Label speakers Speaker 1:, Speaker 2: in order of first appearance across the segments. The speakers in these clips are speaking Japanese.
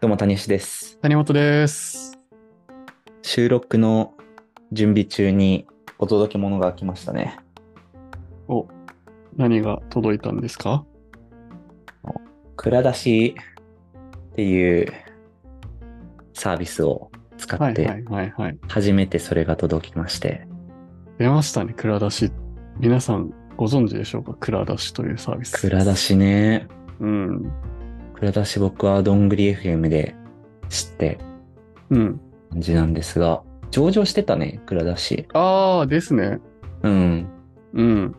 Speaker 1: どうも、谷西です。
Speaker 2: 谷本です。
Speaker 1: 収録の準備中にお届け物が来ましたね。
Speaker 2: お、何が届いたんですか
Speaker 1: 蔵出しっていうサービスを使
Speaker 2: は
Speaker 1: っ
Speaker 2: い
Speaker 1: て、
Speaker 2: はいはいはい。
Speaker 1: 初めてそれが届きまして、
Speaker 2: 出ましたね、蔵出し。皆さんご存知でしょうか蔵出しというサービス。
Speaker 1: 蔵出。しね。
Speaker 2: うん。
Speaker 1: 蔵出し僕はどんぐり FM で知って
Speaker 2: うん。
Speaker 1: 感じなんですが、上場してたね、蔵出し。
Speaker 2: ああ、ですね。
Speaker 1: うん。
Speaker 2: うん。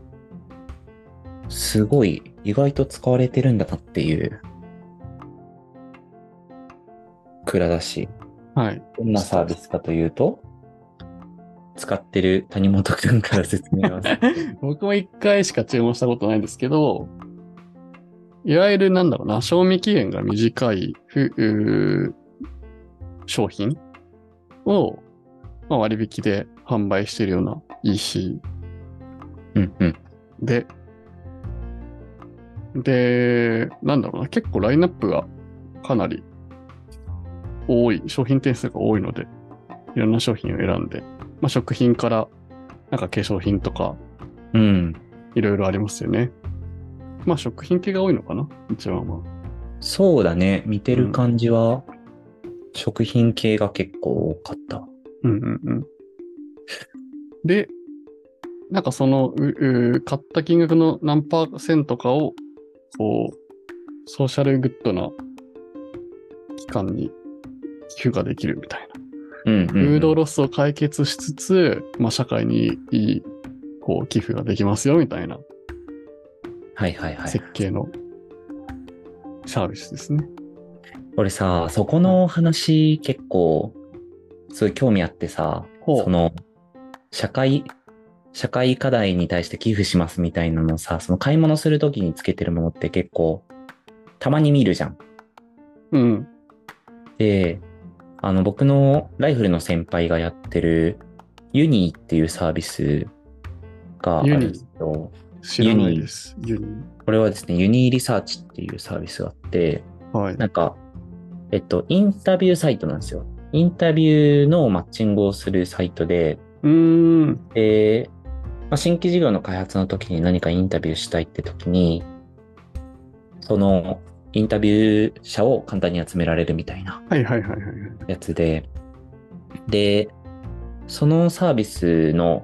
Speaker 1: すごい、意外と使われてるんだなっていう。蔵出し。
Speaker 2: はい。
Speaker 1: どんなサービスかというと、使ってる谷本くんから説明を
Speaker 2: 僕も一回しか注文したことないんですけど、いわゆるなんだろうな、賞味期限が短いふう商品を、まあ、割引で販売しているような EC
Speaker 1: うんうん。
Speaker 2: で、で、なんだろうな、結構ラインナップがかなり多い、商品点数が多いので、いろんな商品を選んで、まあ、食品から、なんか化粧品とか、
Speaker 1: うん。
Speaker 2: いろいろありますよね。まあ、食品系が多いのかな、一番は。
Speaker 1: そうだね。見てる感じは、食品系が結構多かった。
Speaker 2: うんうんうん。で、なんかその、うう買った金額の何パーセントかを、こう、ソーシャルグッドな期間に寄付ができるみたいな。
Speaker 1: うん、うん。
Speaker 2: フードロスを解決しつつ、まあ社会にいい、こう、寄付ができますよみたいな
Speaker 1: はいはいはい
Speaker 2: 設。計のサービスですね。
Speaker 1: 俺さ、そこの話結構、すごい興味あってさ、
Speaker 2: ほう
Speaker 1: その、社会、社会課題に対して寄付しますみたいなのさ、その買い物するときにつけてるものって結構、たまに見るじゃん。
Speaker 2: うん。
Speaker 1: で、あの、僕のライフルの先輩がやってる、ユニーっていうサービスがあるんですけど、
Speaker 2: 知らないです。ユニ。
Speaker 1: これはですね、ユニーリサーチっていうサービスがあって、
Speaker 2: はい。
Speaker 1: なんか、えっと、インタビューサイトなんですよ。インタビューのマッチングをするサイトで、
Speaker 2: うーん。
Speaker 1: で、まあ、新規事業の開発の時に何かインタビューしたいって時に、その、インタビュー者を簡単に集められるみたいな。
Speaker 2: はいはいはいはいはい。
Speaker 1: やつで、で、そのサービスの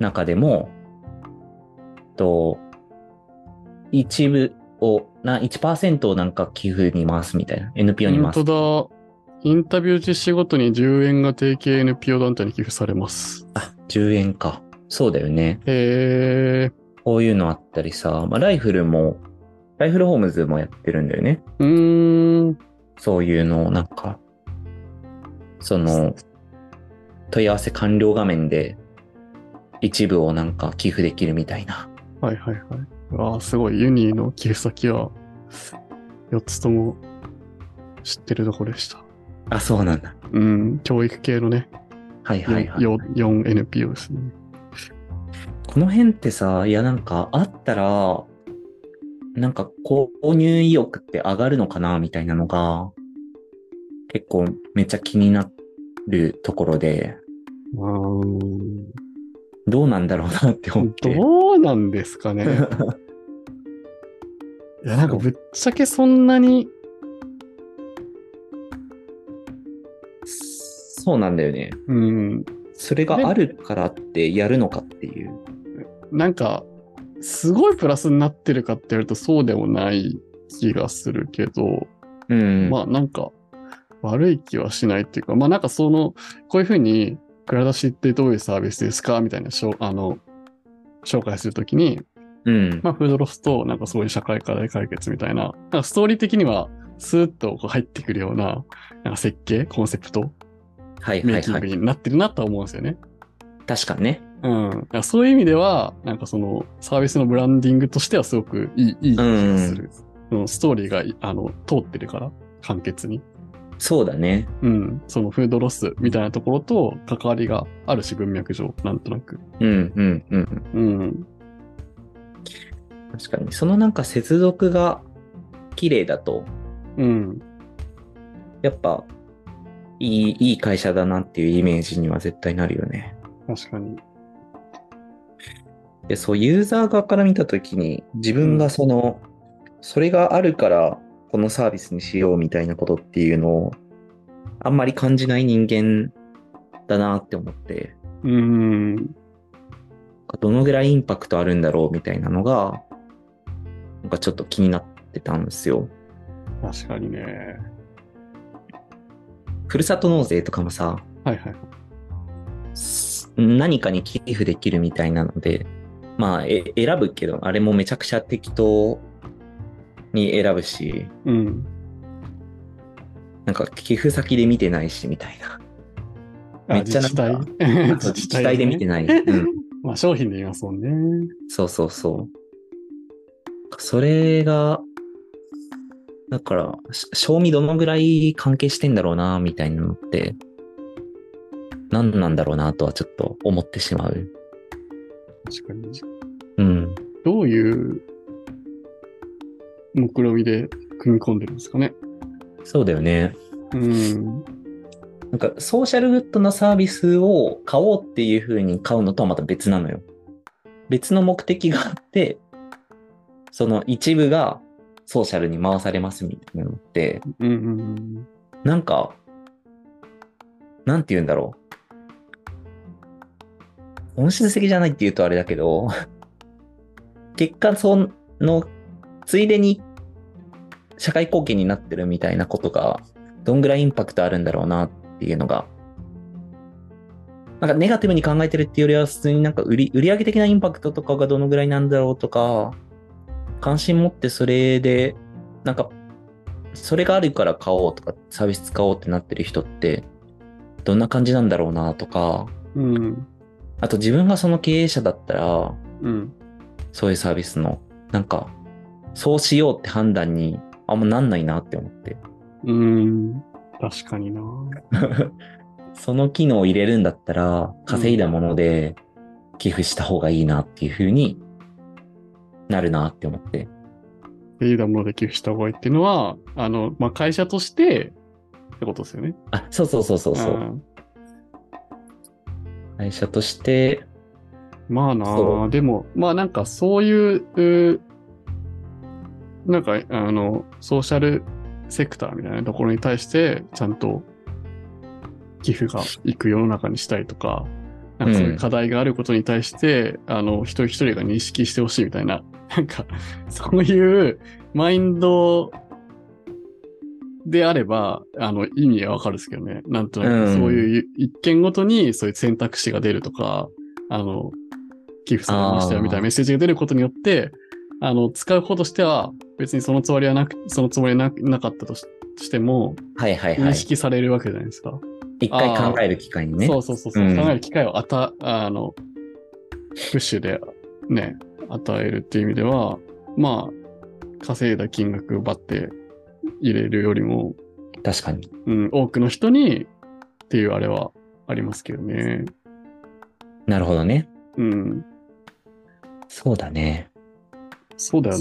Speaker 1: 中でも、と、一部を、な、1%をなんか寄付に回すみたいな、NPO に回す。
Speaker 2: 本当だ。インタビュー実施ごとに10円が提携 NPO 団体に寄付されます。
Speaker 1: あ、10円か。そうだよね。
Speaker 2: へえ。
Speaker 1: こういうのあったりさ、まあ、ライフルも、ライフルホームズもやってるんだよね。
Speaker 2: うーん。
Speaker 1: そういうのをなんか、その、問い合わせ完了画面で、一部をなんか寄付できるみたいな。
Speaker 2: はいはいはい。わあ、すごい。ユニーの寄付先は、4つとも知ってるとこでした。
Speaker 1: あ、そうなんだ。
Speaker 2: うん。教育系のね、
Speaker 1: はいはいはい。
Speaker 2: よ 4NPO ですね。
Speaker 1: この辺ってさ、いやなんかあったら、なんか購入意欲って上がるのかなみたいなのが、結構めっちゃ気になるところで、
Speaker 2: うーん。
Speaker 1: どうなんだろうなって思って。
Speaker 2: どうなんですかね。 いや、なんかぶっちゃけそんなに、
Speaker 1: そうなんだよね。
Speaker 2: うん。
Speaker 1: それがあるからってやるのかっていう。
Speaker 2: なんか、すごいプラスになってるかって言われるとそうでもない気がするけど、
Speaker 1: うん。
Speaker 2: まあなんか、悪い気はしないっていうか、まあなんかその、こういうふうに、蔵出しってどういうサービスですかみたいな、しょあの、紹介するときに、
Speaker 1: うん。
Speaker 2: まあフードロスと、なんかそういう社会課題解決みたいな、なんかストーリー的には、スーッとこう入ってくるような、なんか設計、コンセプト、
Speaker 1: はいは
Speaker 2: メ
Speaker 1: い
Speaker 2: イキン
Speaker 1: は
Speaker 2: グ
Speaker 1: い。
Speaker 2: になってるなとは思うんですよね。
Speaker 1: 確かにね。
Speaker 2: うん、だからそういう意味では、なんかそのサービスのブランディングとしてはすごくいいいい気がする。そのストーリーがいあの通ってるから、簡潔に。
Speaker 1: そうだね。
Speaker 2: うん、そのフードロスみたいなところと関わりがあるし、文脈上、なんとなく。
Speaker 1: うんうんうん。
Speaker 2: うん、
Speaker 1: 確かに。そのなんか接続が綺麗だと、
Speaker 2: うん、
Speaker 1: やっぱ、いい、いい会社だなっていうイメージには絶対なるよね。
Speaker 2: 確かに。
Speaker 1: で、そう、ユーザー側から見たときに、自分がその、それがあるから、このサービスにしようみたいなことっていうのを、あんまり感じない人間だなって思って、
Speaker 2: うーん。
Speaker 1: どのぐらいインパクトあるんだろうみたいなのが、なんかちょっと気になってたんですよ。
Speaker 2: 確かにね。
Speaker 1: ふるさと納税とかもさ、
Speaker 2: はいはい。
Speaker 1: す何かに寄付できるみたいなので、まあ、え選ぶけど、あれもめちゃくちゃ適当に選ぶし、
Speaker 2: うん。
Speaker 1: なんか寄付先で見てないしみたい な。
Speaker 2: あ
Speaker 1: めっちゃなんか
Speaker 2: 自治体
Speaker 1: 自治体で見て
Speaker 2: ね
Speaker 1: ない。うん、
Speaker 2: まあ商品で言いますもんね。
Speaker 1: そうそうそう。それが、だから、し賞味どのぐらい関係してんだろうな、みたいなのって、何なんだろうな、とはちょっと思ってしまう。
Speaker 2: 確かに。
Speaker 1: うん。
Speaker 2: どういう目論見で組み込んでるんですかね。
Speaker 1: そうだよね。
Speaker 2: うん。
Speaker 1: なんか、ソーシャルグッドなサービスを買おうっていう風に買うのとはまた別なのよ。別の目的があって、その一部がソーシャルに回されますみたいなのって、
Speaker 2: うんうん
Speaker 1: なんか、なんて言うんだろう。本質的じゃないって言うとあれだけど、 結果、その、ついでに社会貢献になってるみたいなことが、どんぐらいインパクトあるんだろうなっていうのが、なんかネガティブに考えてるっていうよりは、普通になんか売り売上的なインパクトとかがどのぐらいなんだろうとか、関心持ってそれで、なんかそれがあるから買おうとか、サービス使おうってなってる人って、どんな感じなんだろうなとか、
Speaker 2: うん。うん。
Speaker 1: あと自分がその経営者だったら、
Speaker 2: うん。
Speaker 1: そういうサービスの、なんか、そうしようって判断に、あんまなんないなって思って。
Speaker 2: うん。確かにな。
Speaker 1: その機能を入れるんだったら、稼いだもので寄付した方がいいなっていう風になるなって思って。
Speaker 2: リーダーもので寄付した方がいいっていうのは、あの、まあ、会社としてってことですよね。
Speaker 1: あ、そうそうそうそうそう。
Speaker 2: ん
Speaker 1: 会社として、
Speaker 2: まあな
Speaker 1: そ
Speaker 2: あ、でも、まあなんかそういううー、なんか、あの、ソーシャルセクターみたいなところに対して、ちゃんと寄付が行く世の中にしたいとか、なんかそういう課題があることに対して、あの、一人一人が認識してほしいみたいな、 なんか、そういうマインドであれば、あの、意味はわかるんですけどね。なんとな
Speaker 1: う
Speaker 2: く、
Speaker 1: ん
Speaker 2: そういう一件ごとに、そういう選択肢が出るとか、あの、寄付されましたよみたいなメッセージが出ることによって、あの、使う方としては、別にそのつもりはなく、そのつもりはななかったとししても、
Speaker 1: はいはいは
Speaker 2: 認
Speaker 1: い。
Speaker 2: 識されるわけじゃないですか。
Speaker 1: 一回考える機会にね。
Speaker 2: そうそうそうそう、
Speaker 1: うん
Speaker 2: 考える機会をあた、あの、プッシュでね、与えるっていう意味では、まあ、稼いだ金額を奪って入れるよりも、
Speaker 1: 確かに。
Speaker 2: うん、多くの人にっていうあれはありますけどね。
Speaker 1: なるほどね。
Speaker 2: うん。
Speaker 1: そうだね。
Speaker 2: そうだよ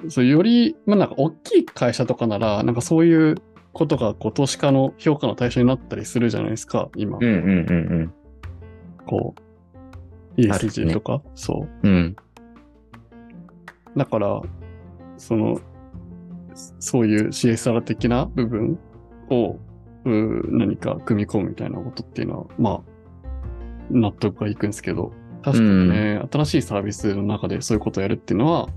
Speaker 2: なそうより、まあなんか大きい会社とかなら、なんかそういうことがこう投資家の評価の対象になったりするじゃないですか、今。
Speaker 1: うんうんうん
Speaker 2: こう、
Speaker 1: あるね
Speaker 2: ESG とか、そう。
Speaker 1: うん。うん。
Speaker 2: だから、その、そういう CSR 的な部分を、うー何か組み込むみたいなことっていうのは、まあ、納得がいくんですけど、確かにね、新しいサービスの中でそういうことをやるっていうのは、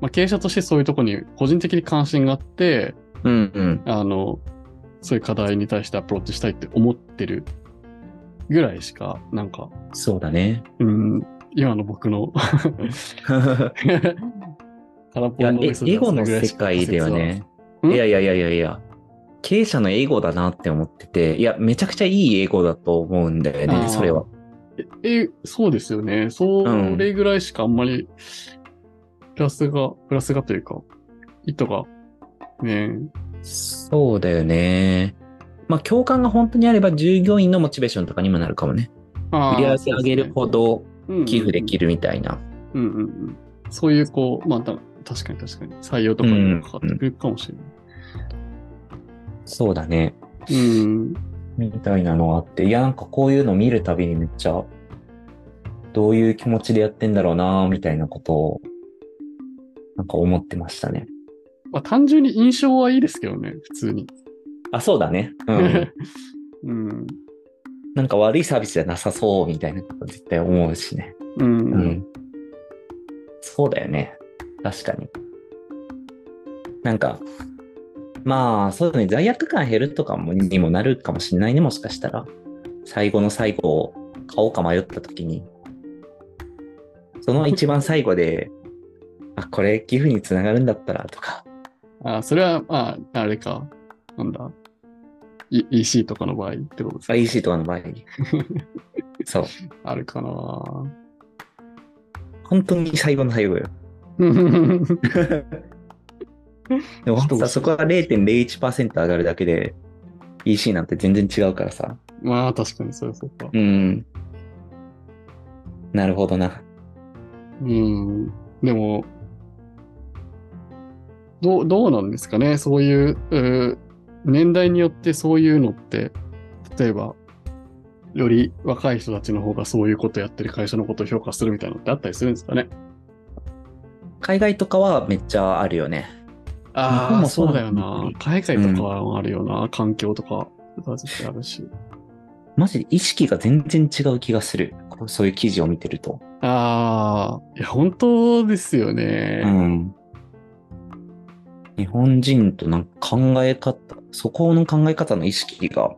Speaker 2: まあ、経営者としてそういうところに個人的に関心があって、
Speaker 1: うんうん。
Speaker 2: あの、そういう課題に対してアプローチしたいって思ってるぐらいしか、なんか、
Speaker 1: そうだ ね。
Speaker 2: うん、今の僕の 空っ
Speaker 1: い
Speaker 2: ぽ
Speaker 1: や、
Speaker 2: の
Speaker 1: え
Speaker 2: メソッド
Speaker 1: エゴの
Speaker 2: ぐらい
Speaker 1: 世
Speaker 2: しか
Speaker 1: 界だよね。い
Speaker 2: ん
Speaker 1: やいやいやいやいや。経営者のエゴだなって思ってて、いや、めちゃくちゃいいエゴだと思うんだよ
Speaker 2: あー
Speaker 1: ね、それは。
Speaker 2: え、えそうですよね。そ
Speaker 1: うん
Speaker 2: れぐらいしかあんまり、プラスが、プラスがというか、意図が、ね
Speaker 1: そうだよね。まあ、共感が本当にあれば、従業員のモチベーションとかにもなるかもね。売り上げ上げるほど
Speaker 2: ど
Speaker 1: 寄付でき
Speaker 2: る。
Speaker 1: るみたいな。
Speaker 2: うんうんうん。そういう、こう、まあ、た確かに確かに、採用とかにもかかってくるかもしれない。
Speaker 1: そうだね。
Speaker 2: うん。
Speaker 1: みたいなのがあって、いや、なんかこういうの見るたびにめっちゃ、どういう気持ちでやってんだろうな、みたいなことを、なんか思ってましたね。
Speaker 2: まあ単純に印象はいいですけどね、普通に。
Speaker 1: あ、そうだね。 うん。
Speaker 2: うん。
Speaker 1: なんか悪いサービスじゃなさそう、みたいなこと絶対思うしね。
Speaker 2: うん。
Speaker 1: うん。そうだよね。確かに。なんか、まあ、そうだね。罪悪感減るとかもにもなるかもしれないね、もしかしたら。最後の最後、買おうか迷った時に。その一番最後で、あ、これ寄付につながるんだったら、とか。
Speaker 2: あ、それは、まあ、あれか。なんだ。E- EC とかの場合ってことですか
Speaker 1: IEC とかの場合に。 そう。
Speaker 2: あるかな
Speaker 1: 本当に最後の最後よ。 でも本当さ、そこは0.01%上がるだけで、EC なんて全然違うからさ。
Speaker 2: まあ、確かにそれはそうか。
Speaker 1: うん。なるほどな。
Speaker 2: うん。でも、どう、どうなんですかねそういう、うー年代によってそういうのって、例えば、より若い人たちの方がそういうことやってる会社のことを評価するみたいなのってあったりするんですかね
Speaker 1: 海外とかはめっちゃあるよね。日本
Speaker 2: ああ、
Speaker 1: も
Speaker 2: そ
Speaker 1: そうう
Speaker 2: だ
Speaker 1: だ
Speaker 2: よ
Speaker 1: よ
Speaker 2: な
Speaker 1: な。
Speaker 2: 海外とかはあるよな。環境とか、絶対あるし。
Speaker 1: マジで意識が全然違う気がする。こうそういう記事を見てると。
Speaker 2: ああ、いや、本当ですよ
Speaker 1: う
Speaker 2: ね。
Speaker 1: ん。日本人となんか考え方、そこの考え方の意識が。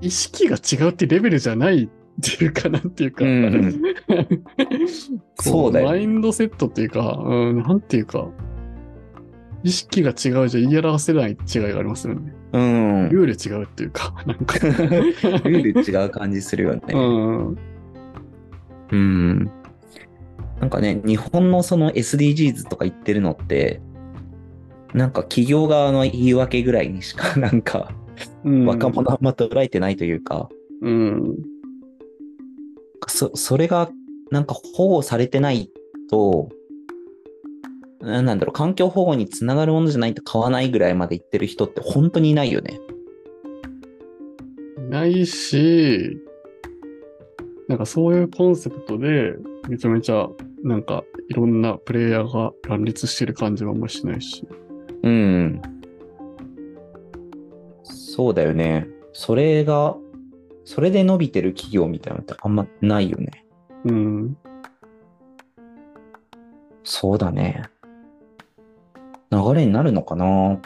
Speaker 2: 意識が違うってレベルじゃないっていうか、なんていうか。
Speaker 1: うん うん
Speaker 2: こ
Speaker 1: そうだよ
Speaker 2: マ
Speaker 1: ね
Speaker 2: インドセットっていうか、うん、なんていうか、意識が違うじゃ言い表せない違いがありますよね。
Speaker 1: うん。ル
Speaker 2: ルール違うっていうか、 なん か。
Speaker 1: ール違う感じするよね。
Speaker 2: うん。
Speaker 1: うん。なんかね、日本のその SDGs とか言ってるのって、なんか企業側の言い訳ぐらいにしか、 なんか、
Speaker 2: うん
Speaker 1: 若。者あんま捉えてないというか、
Speaker 2: うん。
Speaker 1: そ、それが、なんか保護されてないと、ななんだろう、環境保護につながるものじゃないと買わないぐらいまで行ってる人って本当にいないよね。
Speaker 2: ないし、なんかそういうコンセプトで、めちゃめちゃ、なんかいろんなプレイヤーが乱立してる感じはあんましないし。
Speaker 1: うん。そうだよね。それが、それで伸びてる企業みたいなのってあんまないよね。
Speaker 2: うん。
Speaker 1: そうだね。流れになるのかな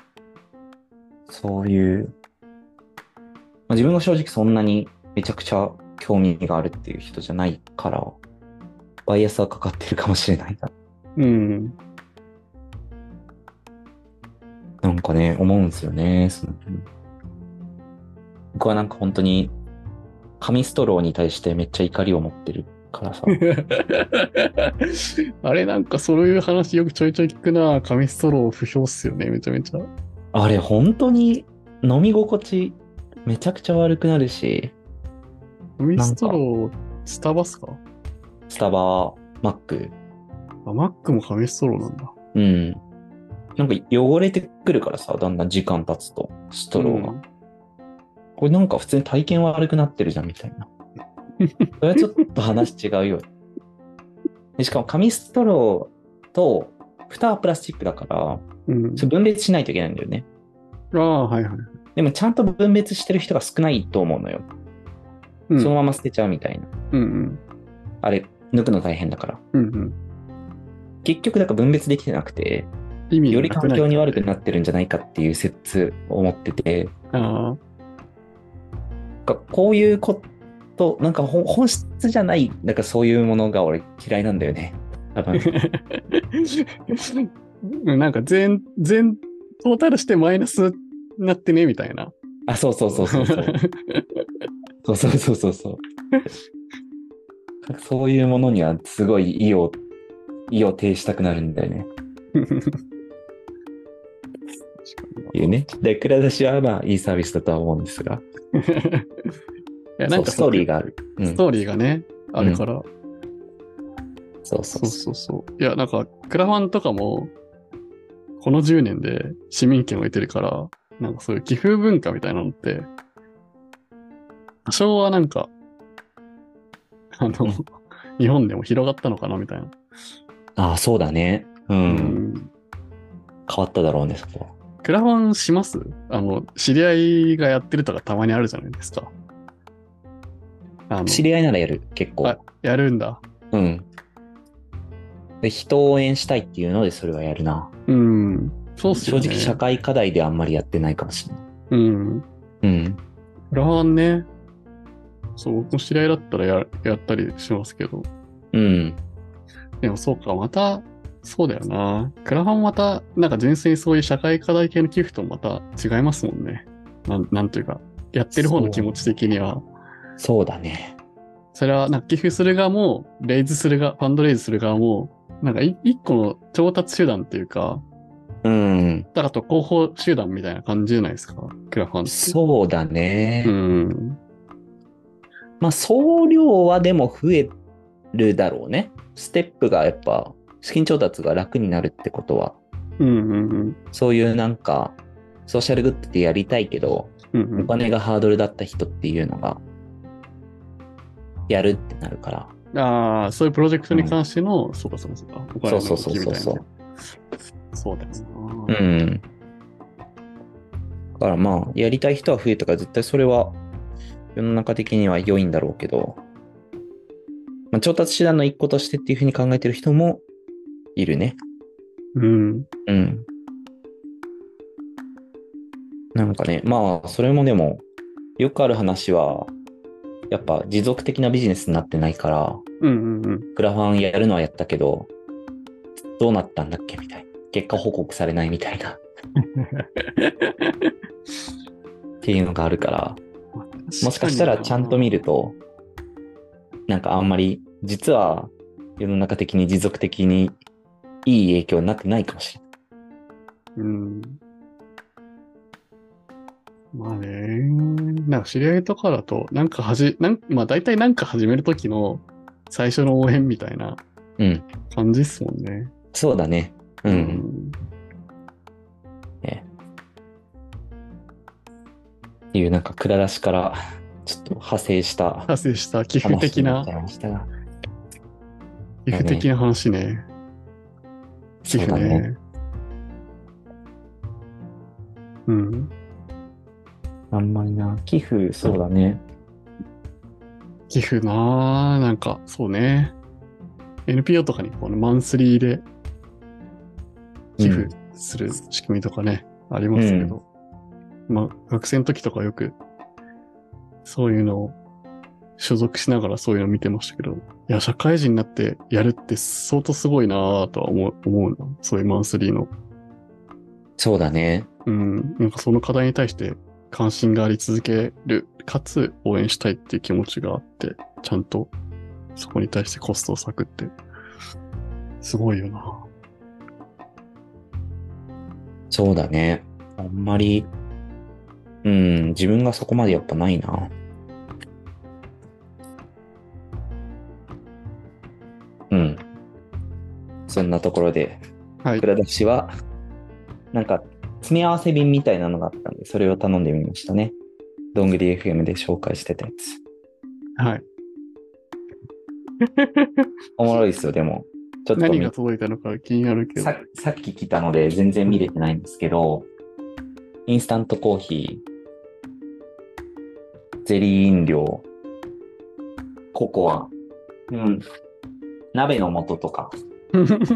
Speaker 1: そういう。まあ、自分が正直そんなにめちゃくちゃ興味があるっていう人じゃないから、バイアスはかかってるかもしれないな。
Speaker 2: うん。
Speaker 1: なんかね、思うんですよね。その辺僕はなんか本当に、紙ストローに対してめっちゃ怒りを持ってるからさ。
Speaker 2: あれなんかそういう話よくちょいちょい聞くな。紙ストロー不評っすよね、めちゃめちゃ。
Speaker 1: あれ本当に飲み心地めちゃくちゃ悪くなるし、
Speaker 2: 紙ストロー、スタバっすか
Speaker 1: スタバ、マック、
Speaker 2: あ、マックも紙ストローなんだ。
Speaker 1: うん。なんか汚れてくるからさ、だんだん時間経つと、ストローが。
Speaker 2: うん
Speaker 1: これなんか普通に体験悪くなってるじゃんみたいな。それはちょっと話違うよ。でしかも紙ストローと蓋はプラスチックだから、
Speaker 2: うん
Speaker 1: そ。れ分別しないといけないんだよね。
Speaker 2: ああ、はいはい。
Speaker 1: でもちゃんと分別してる人が少ないと思うのよ。
Speaker 2: うん
Speaker 1: そのまま捨てちゃうみたいな。
Speaker 2: うんうん。
Speaker 1: あれ、抜くの大変だから。
Speaker 2: うんうん。
Speaker 1: 結局だから分別できてなくて、
Speaker 2: 意味
Speaker 1: より
Speaker 2: なく
Speaker 1: 環
Speaker 2: ない
Speaker 1: 境に悪くなってるんじゃないかっていう説を持ってて、
Speaker 2: あ
Speaker 1: なんかこういうこと、なんかほ本質じゃない、なんかそういうものが俺嫌いなんだよね。多分
Speaker 2: あ。 なんか全、全、トータルしてマイナスになってね、みたいな。
Speaker 1: あ、そうそうそうそうそう。そうそうそうそうそう。なんかそういうものにはすごい意を、意を呈したくなるんだよね。っていうね。で、蔵出しはまあいいサービスだとは思うんですが。
Speaker 2: いや、な
Speaker 1: そ
Speaker 2: んか
Speaker 1: うストーリー
Speaker 2: が、
Speaker 1: がある。う
Speaker 2: ス
Speaker 1: ん。
Speaker 2: トーリーがね、あるから。
Speaker 1: そうそ
Speaker 2: そう
Speaker 1: う
Speaker 2: そうそう。いや、なんか、クラファンとかも、この10年で市民権を得てるから、なんかそういう寄付文化みたいなのって、多少はなんか、あの、日本でも広がったのかなみたいな。
Speaker 1: ああ、そうだね。う。
Speaker 2: うん
Speaker 1: 変わっただろうね、そこは。
Speaker 2: クラファンしますあの、知り合いがやってるとかたまにあるじゃないですか。あの、
Speaker 1: 知り合いならやる、結構
Speaker 2: あ。やるんだ。
Speaker 1: うん。で人を応援したいっていうので、それはやるな。
Speaker 2: うん。そうっす
Speaker 1: 正
Speaker 2: よね。
Speaker 1: 直、社会課題であんまりやってないかもしれない。
Speaker 2: うん。
Speaker 1: うん。
Speaker 2: クラファンね。そう、僕も知り合いだったらややったりしますけど。
Speaker 1: うん。
Speaker 2: でもそうか、また、そうだよな。クラファンまた、なんか純粋にそういう社会課題系の寄付とまた違いますもんね。なんなんというか、やってる方の気持ち的には。
Speaker 1: そうだね。
Speaker 2: それは、なんか寄付する側も、レイズする側、ファンドレイズする側も、なんかい一個の調達手段っていうか、
Speaker 1: うん。
Speaker 2: だからと広報集団みたいな感じじゃないですか、クラファンって。
Speaker 1: そうだね。
Speaker 2: うん。
Speaker 1: まあ、総量はでも増えるだろうね。ステップがやっぱ、資金調達が楽になるってことは、
Speaker 2: うんうんうん。
Speaker 1: そういうなんか、ソーシャルグッズでやりたいけど、
Speaker 2: うんう
Speaker 1: お
Speaker 2: ん
Speaker 1: 金がハードルだった人っていうのが、やるってなるから。
Speaker 2: ああ、そういうプロジェクトに関しての、そうかそうかそうか、お金の
Speaker 1: そうそうそうそうそう
Speaker 2: 動きみたいな。そうだよ
Speaker 1: う
Speaker 2: な。
Speaker 1: ん。だからまあ、やりたい人は増えたから、絶対それは、世の中的には良いんだろうけど、まあ、調達手段の一個としてっていうふうに考えてる人もいるね。
Speaker 2: うん。
Speaker 1: うん。なんかね、まあ、それもでも、よくある話は、やっぱ持続的なビジネスになってないから、
Speaker 2: うんうんうん。
Speaker 1: クラファンやるのはやったけど、どうなったんだっけみたいな。結果報告されないみたいな。っていうのがあるから、もしかしたらちゃんと見ると、なんかあんまり、実は世の中的に持続的にいい影響になってないかもしれない。
Speaker 2: うん。まあね、なんか知り合いとかだと、なんかはじ、なんまあ大体なんか始めるときの最初の応援みたいな
Speaker 1: うん。
Speaker 2: 感じっすもんね。
Speaker 1: そうだね。うんっていうなんか蔵出しからちょっと派生した
Speaker 2: 達成した寄付的な
Speaker 1: 話に、っちゃいましたが
Speaker 2: 寄付的な話ね。寄
Speaker 1: そう
Speaker 2: 付
Speaker 1: だ
Speaker 2: ね。
Speaker 1: ね。
Speaker 2: うん。
Speaker 1: あんまりな。寄付、そうだね。
Speaker 2: 寄付なあなんか、そうね。NPO とかにこのマンスリーで寄付する仕組みとかね、ありますけど、まあ、学生の時とかよく、そういうのを所属しながらそういうの見てましたけど、いや、社会人になってやるって相当すごいなぁとは思う、思うな。そういうマンスリーの。
Speaker 1: そうだね。
Speaker 2: うん、なんかその課題に対して関心があり続ける、かつ応援したいっていう気持ちがあって、ちゃんとそこに対してコストを割くって、すごいよな。
Speaker 1: そうだね。あんまり、うん、自分がそこまでやっぱないな。うん。そんなところで、
Speaker 2: はい。
Speaker 1: 蔵出しは、なんか、詰め合わせ便みたいなのがあったんで、それを頼んでみましたね。どんぐり FM で紹介してたやつ。
Speaker 2: はい。
Speaker 1: おもろいですよ、でも。ちょっと
Speaker 2: 何
Speaker 1: 見
Speaker 2: が届いたのか気になるけど。
Speaker 1: ささっき来たので全然見れてないんですけど、インスタントコーヒー、ゼリー飲料、ココア、うん、鍋の素とか、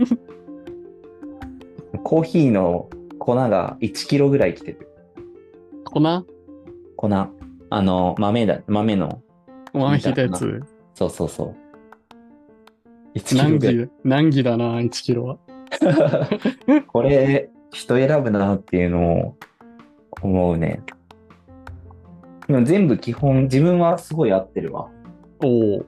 Speaker 1: コーヒーの粉が1キロぐらい来てる。
Speaker 2: 粉お
Speaker 1: 粉。あの、豆だ、豆の、
Speaker 2: 豆引いたやつ。
Speaker 1: そうそうそう。1キロ
Speaker 2: 難
Speaker 1: ぐらい。
Speaker 2: 儀、難儀だな、1キロは。
Speaker 1: これ、人選ぶなっていうのを思うね。でも全部基本、自分はすごい合ってるわ。
Speaker 2: おお。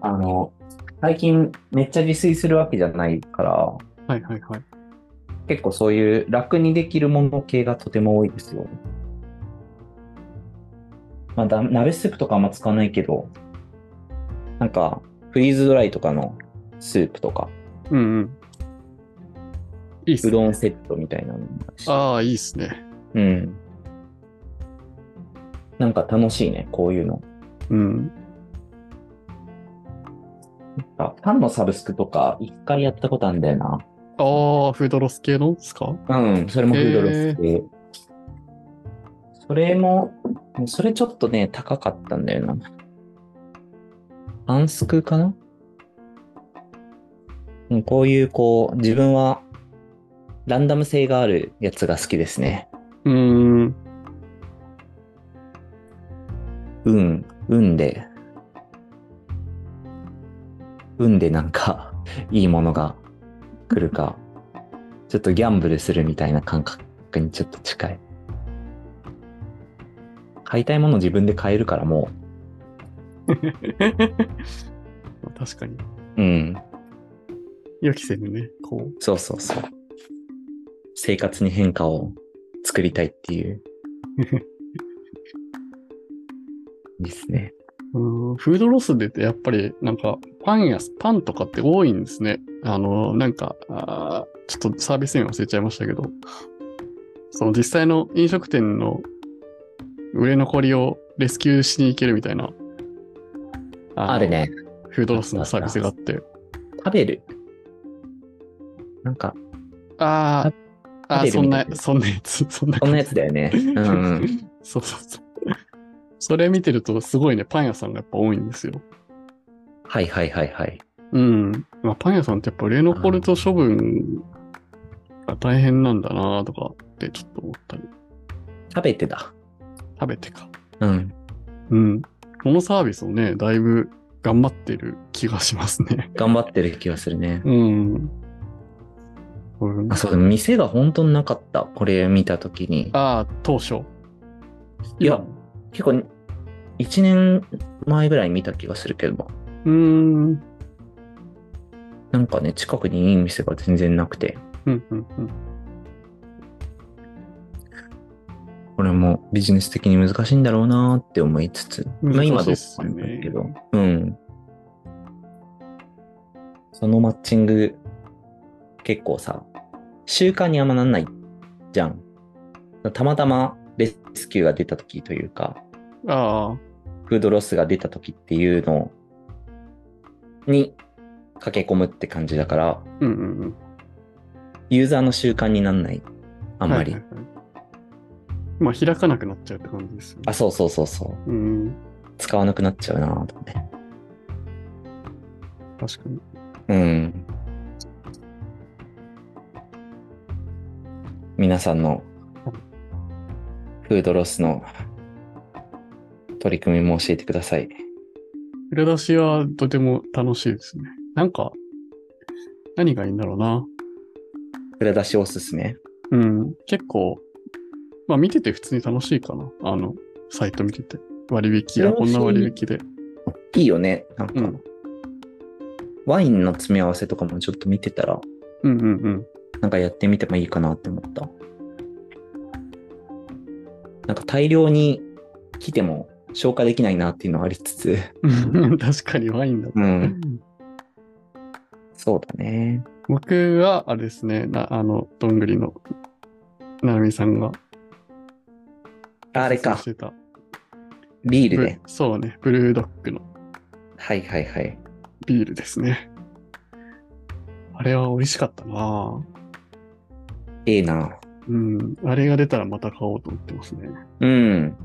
Speaker 1: あの、最近めっちゃ自炊するわけじゃないから、
Speaker 2: はいはいはい。
Speaker 1: 結構そういう楽にできるもの系がとても多いですよ。まあ、だ鍋スープとかあんま使わないけど、なんか、フリーズドライとかのスープとか、
Speaker 2: うんうん。いいっす
Speaker 1: う
Speaker 2: ね。
Speaker 1: どんセットみたいなのもあるし
Speaker 2: ああ、いいっすね。
Speaker 1: うん。なんか楽しいね、こういうの。
Speaker 2: うん。
Speaker 1: あ、パンのサブスクとか、一回やったことあるんだよな。
Speaker 2: ああ、フードロス系のですか
Speaker 1: うん、それもフードロスで。それも、それちょっとね、高かったんだよな。アンスクかなうんこういう、こう、自分は、ランダム性があるやつが好きですね。
Speaker 2: うーん。
Speaker 1: 運、運で、運でなんか、 いいものが来るか、ちょっとギャンブルするみたいな感覚にちょっと近い。買いたいもの自分で買えるからも
Speaker 2: まあ確かに。
Speaker 1: う、うん、
Speaker 2: 予期せぬね、こう。
Speaker 1: そうそうそう。生活に変化を作りたいって いう。ですね。
Speaker 2: うーんフードロスでってやっぱりなんかパンやパンとかって多いんですね。あの、なんか、あーちょっとサービス名忘れちゃいましたけど、その実際の飲食店の売れ残りをレスキューしに行けるみたいな、あの
Speaker 1: あるね。
Speaker 2: フードロスのサービスがあって。
Speaker 1: 食べる。なんか、
Speaker 2: あーあ
Speaker 1: 食べる
Speaker 2: ー、そん
Speaker 1: みたい
Speaker 2: な、
Speaker 1: な
Speaker 2: そんなやつ、 そんな
Speaker 1: こんな
Speaker 2: 感
Speaker 1: や
Speaker 2: じ
Speaker 1: つだよ ね。うん、うん。
Speaker 2: そうそうそう。それ見てるとすごいね、パン屋さんがやっぱ多いんですよ。
Speaker 1: はいはいはいはい。
Speaker 2: うん。まあ、パン屋さんってやっぱ売れ残ると処分が大変なんだなとかってちょっと思ったり。
Speaker 1: 食べてだ。
Speaker 2: 食べてか。
Speaker 1: うん。
Speaker 2: うん。このサービスをね、だいぶ頑張ってる気がします ね。
Speaker 1: 頑張ってる気がするね。
Speaker 2: うん。うん
Speaker 1: あ、そう、でも店が本当になかった。これ見たときに。
Speaker 2: ああ、当初。
Speaker 1: いや、結構、1年前ぐらい見た気がするけど、
Speaker 2: うん。うん、
Speaker 1: なんかね、近くにいい店が全然なくて、
Speaker 2: うん、うん。
Speaker 1: これもビジネス的に難しいんだろうなーって思いつつ、まあ今
Speaker 2: 難しい
Speaker 1: ど
Speaker 2: っ
Speaker 1: う
Speaker 2: す
Speaker 1: か
Speaker 2: よ
Speaker 1: わ
Speaker 2: ね
Speaker 1: かんないけど、うん。そのマッチング、結構さ、習慣にあんまなんないじゃん。たまたまレスキューが出た時というか、
Speaker 2: ああ、
Speaker 1: フードロスが出た時っていうのに駆け込むって感じだから、
Speaker 2: うん、うん、うん。
Speaker 1: ユーザーの習慣になんない。あ
Speaker 2: あ
Speaker 1: んまり。
Speaker 2: まあ、開かなくなっちゃうって感じですよね。
Speaker 1: あ、そうそうそうそう。
Speaker 2: うん。
Speaker 1: 使わなくなっちゃうなぁと思って。
Speaker 2: 確かに。
Speaker 1: うん。皆さんのフードロスの取り組みも教えてください。
Speaker 2: 裏出しはとても楽しいですね。なんか、何がいいんだろうな。
Speaker 1: 裏出しおすすめ。
Speaker 2: うん。結構、まあ見てて普通に楽しいかな。あの、サイト見てて。割引や、
Speaker 1: 楽
Speaker 2: こ
Speaker 1: しい
Speaker 2: んな割引で。
Speaker 1: いいよね。なんか、
Speaker 2: うん
Speaker 1: ワインの詰め合わせとかもちょっと見てたら、
Speaker 2: うんうんうん。
Speaker 1: なんかやってみてもいいかなって思った。なんか大量に来ても消化できないなっていうのはありつつ、
Speaker 2: 確かにワインだ。
Speaker 1: うん、そうだね。
Speaker 2: 僕は、あれですね、なあの、どんぐりの、ななみさんが。
Speaker 1: あれか
Speaker 2: し、てた。
Speaker 1: ビール
Speaker 2: ブ
Speaker 1: で。
Speaker 2: そうね、ブルードッグの
Speaker 1: はいはいはい。
Speaker 2: ビールですね。あれは美味しかったな
Speaker 1: ええな。
Speaker 2: うん。あれが出たらまた買おうと思ってますね。
Speaker 1: うん。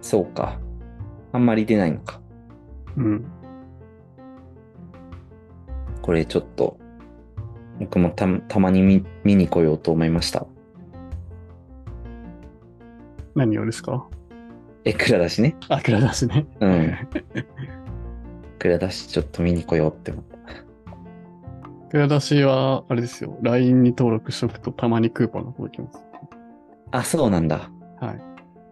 Speaker 1: そうか。あんまり出ないのか。
Speaker 2: うん。
Speaker 1: これちょっと、僕もたたまに見見に来ようと思いました。
Speaker 2: 何をですか
Speaker 1: え、蔵出しね。
Speaker 2: あ、蔵出しね。
Speaker 1: うん。蔵出しちょっと見に来ようって思った。
Speaker 2: 蔵出しは、あれですよ。LINE に登録しとくとたまにクーポンが届きます。
Speaker 1: あ、そうなんだ。
Speaker 2: はい。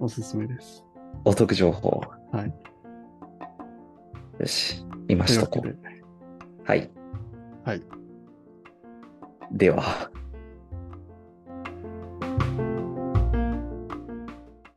Speaker 2: おすすめです。
Speaker 1: お得情報。
Speaker 2: はい。
Speaker 1: よし。今
Speaker 2: とい
Speaker 1: し
Speaker 2: う
Speaker 1: とこ
Speaker 2: わけ
Speaker 1: う。
Speaker 2: で、
Speaker 1: はい。
Speaker 2: はい。
Speaker 1: では。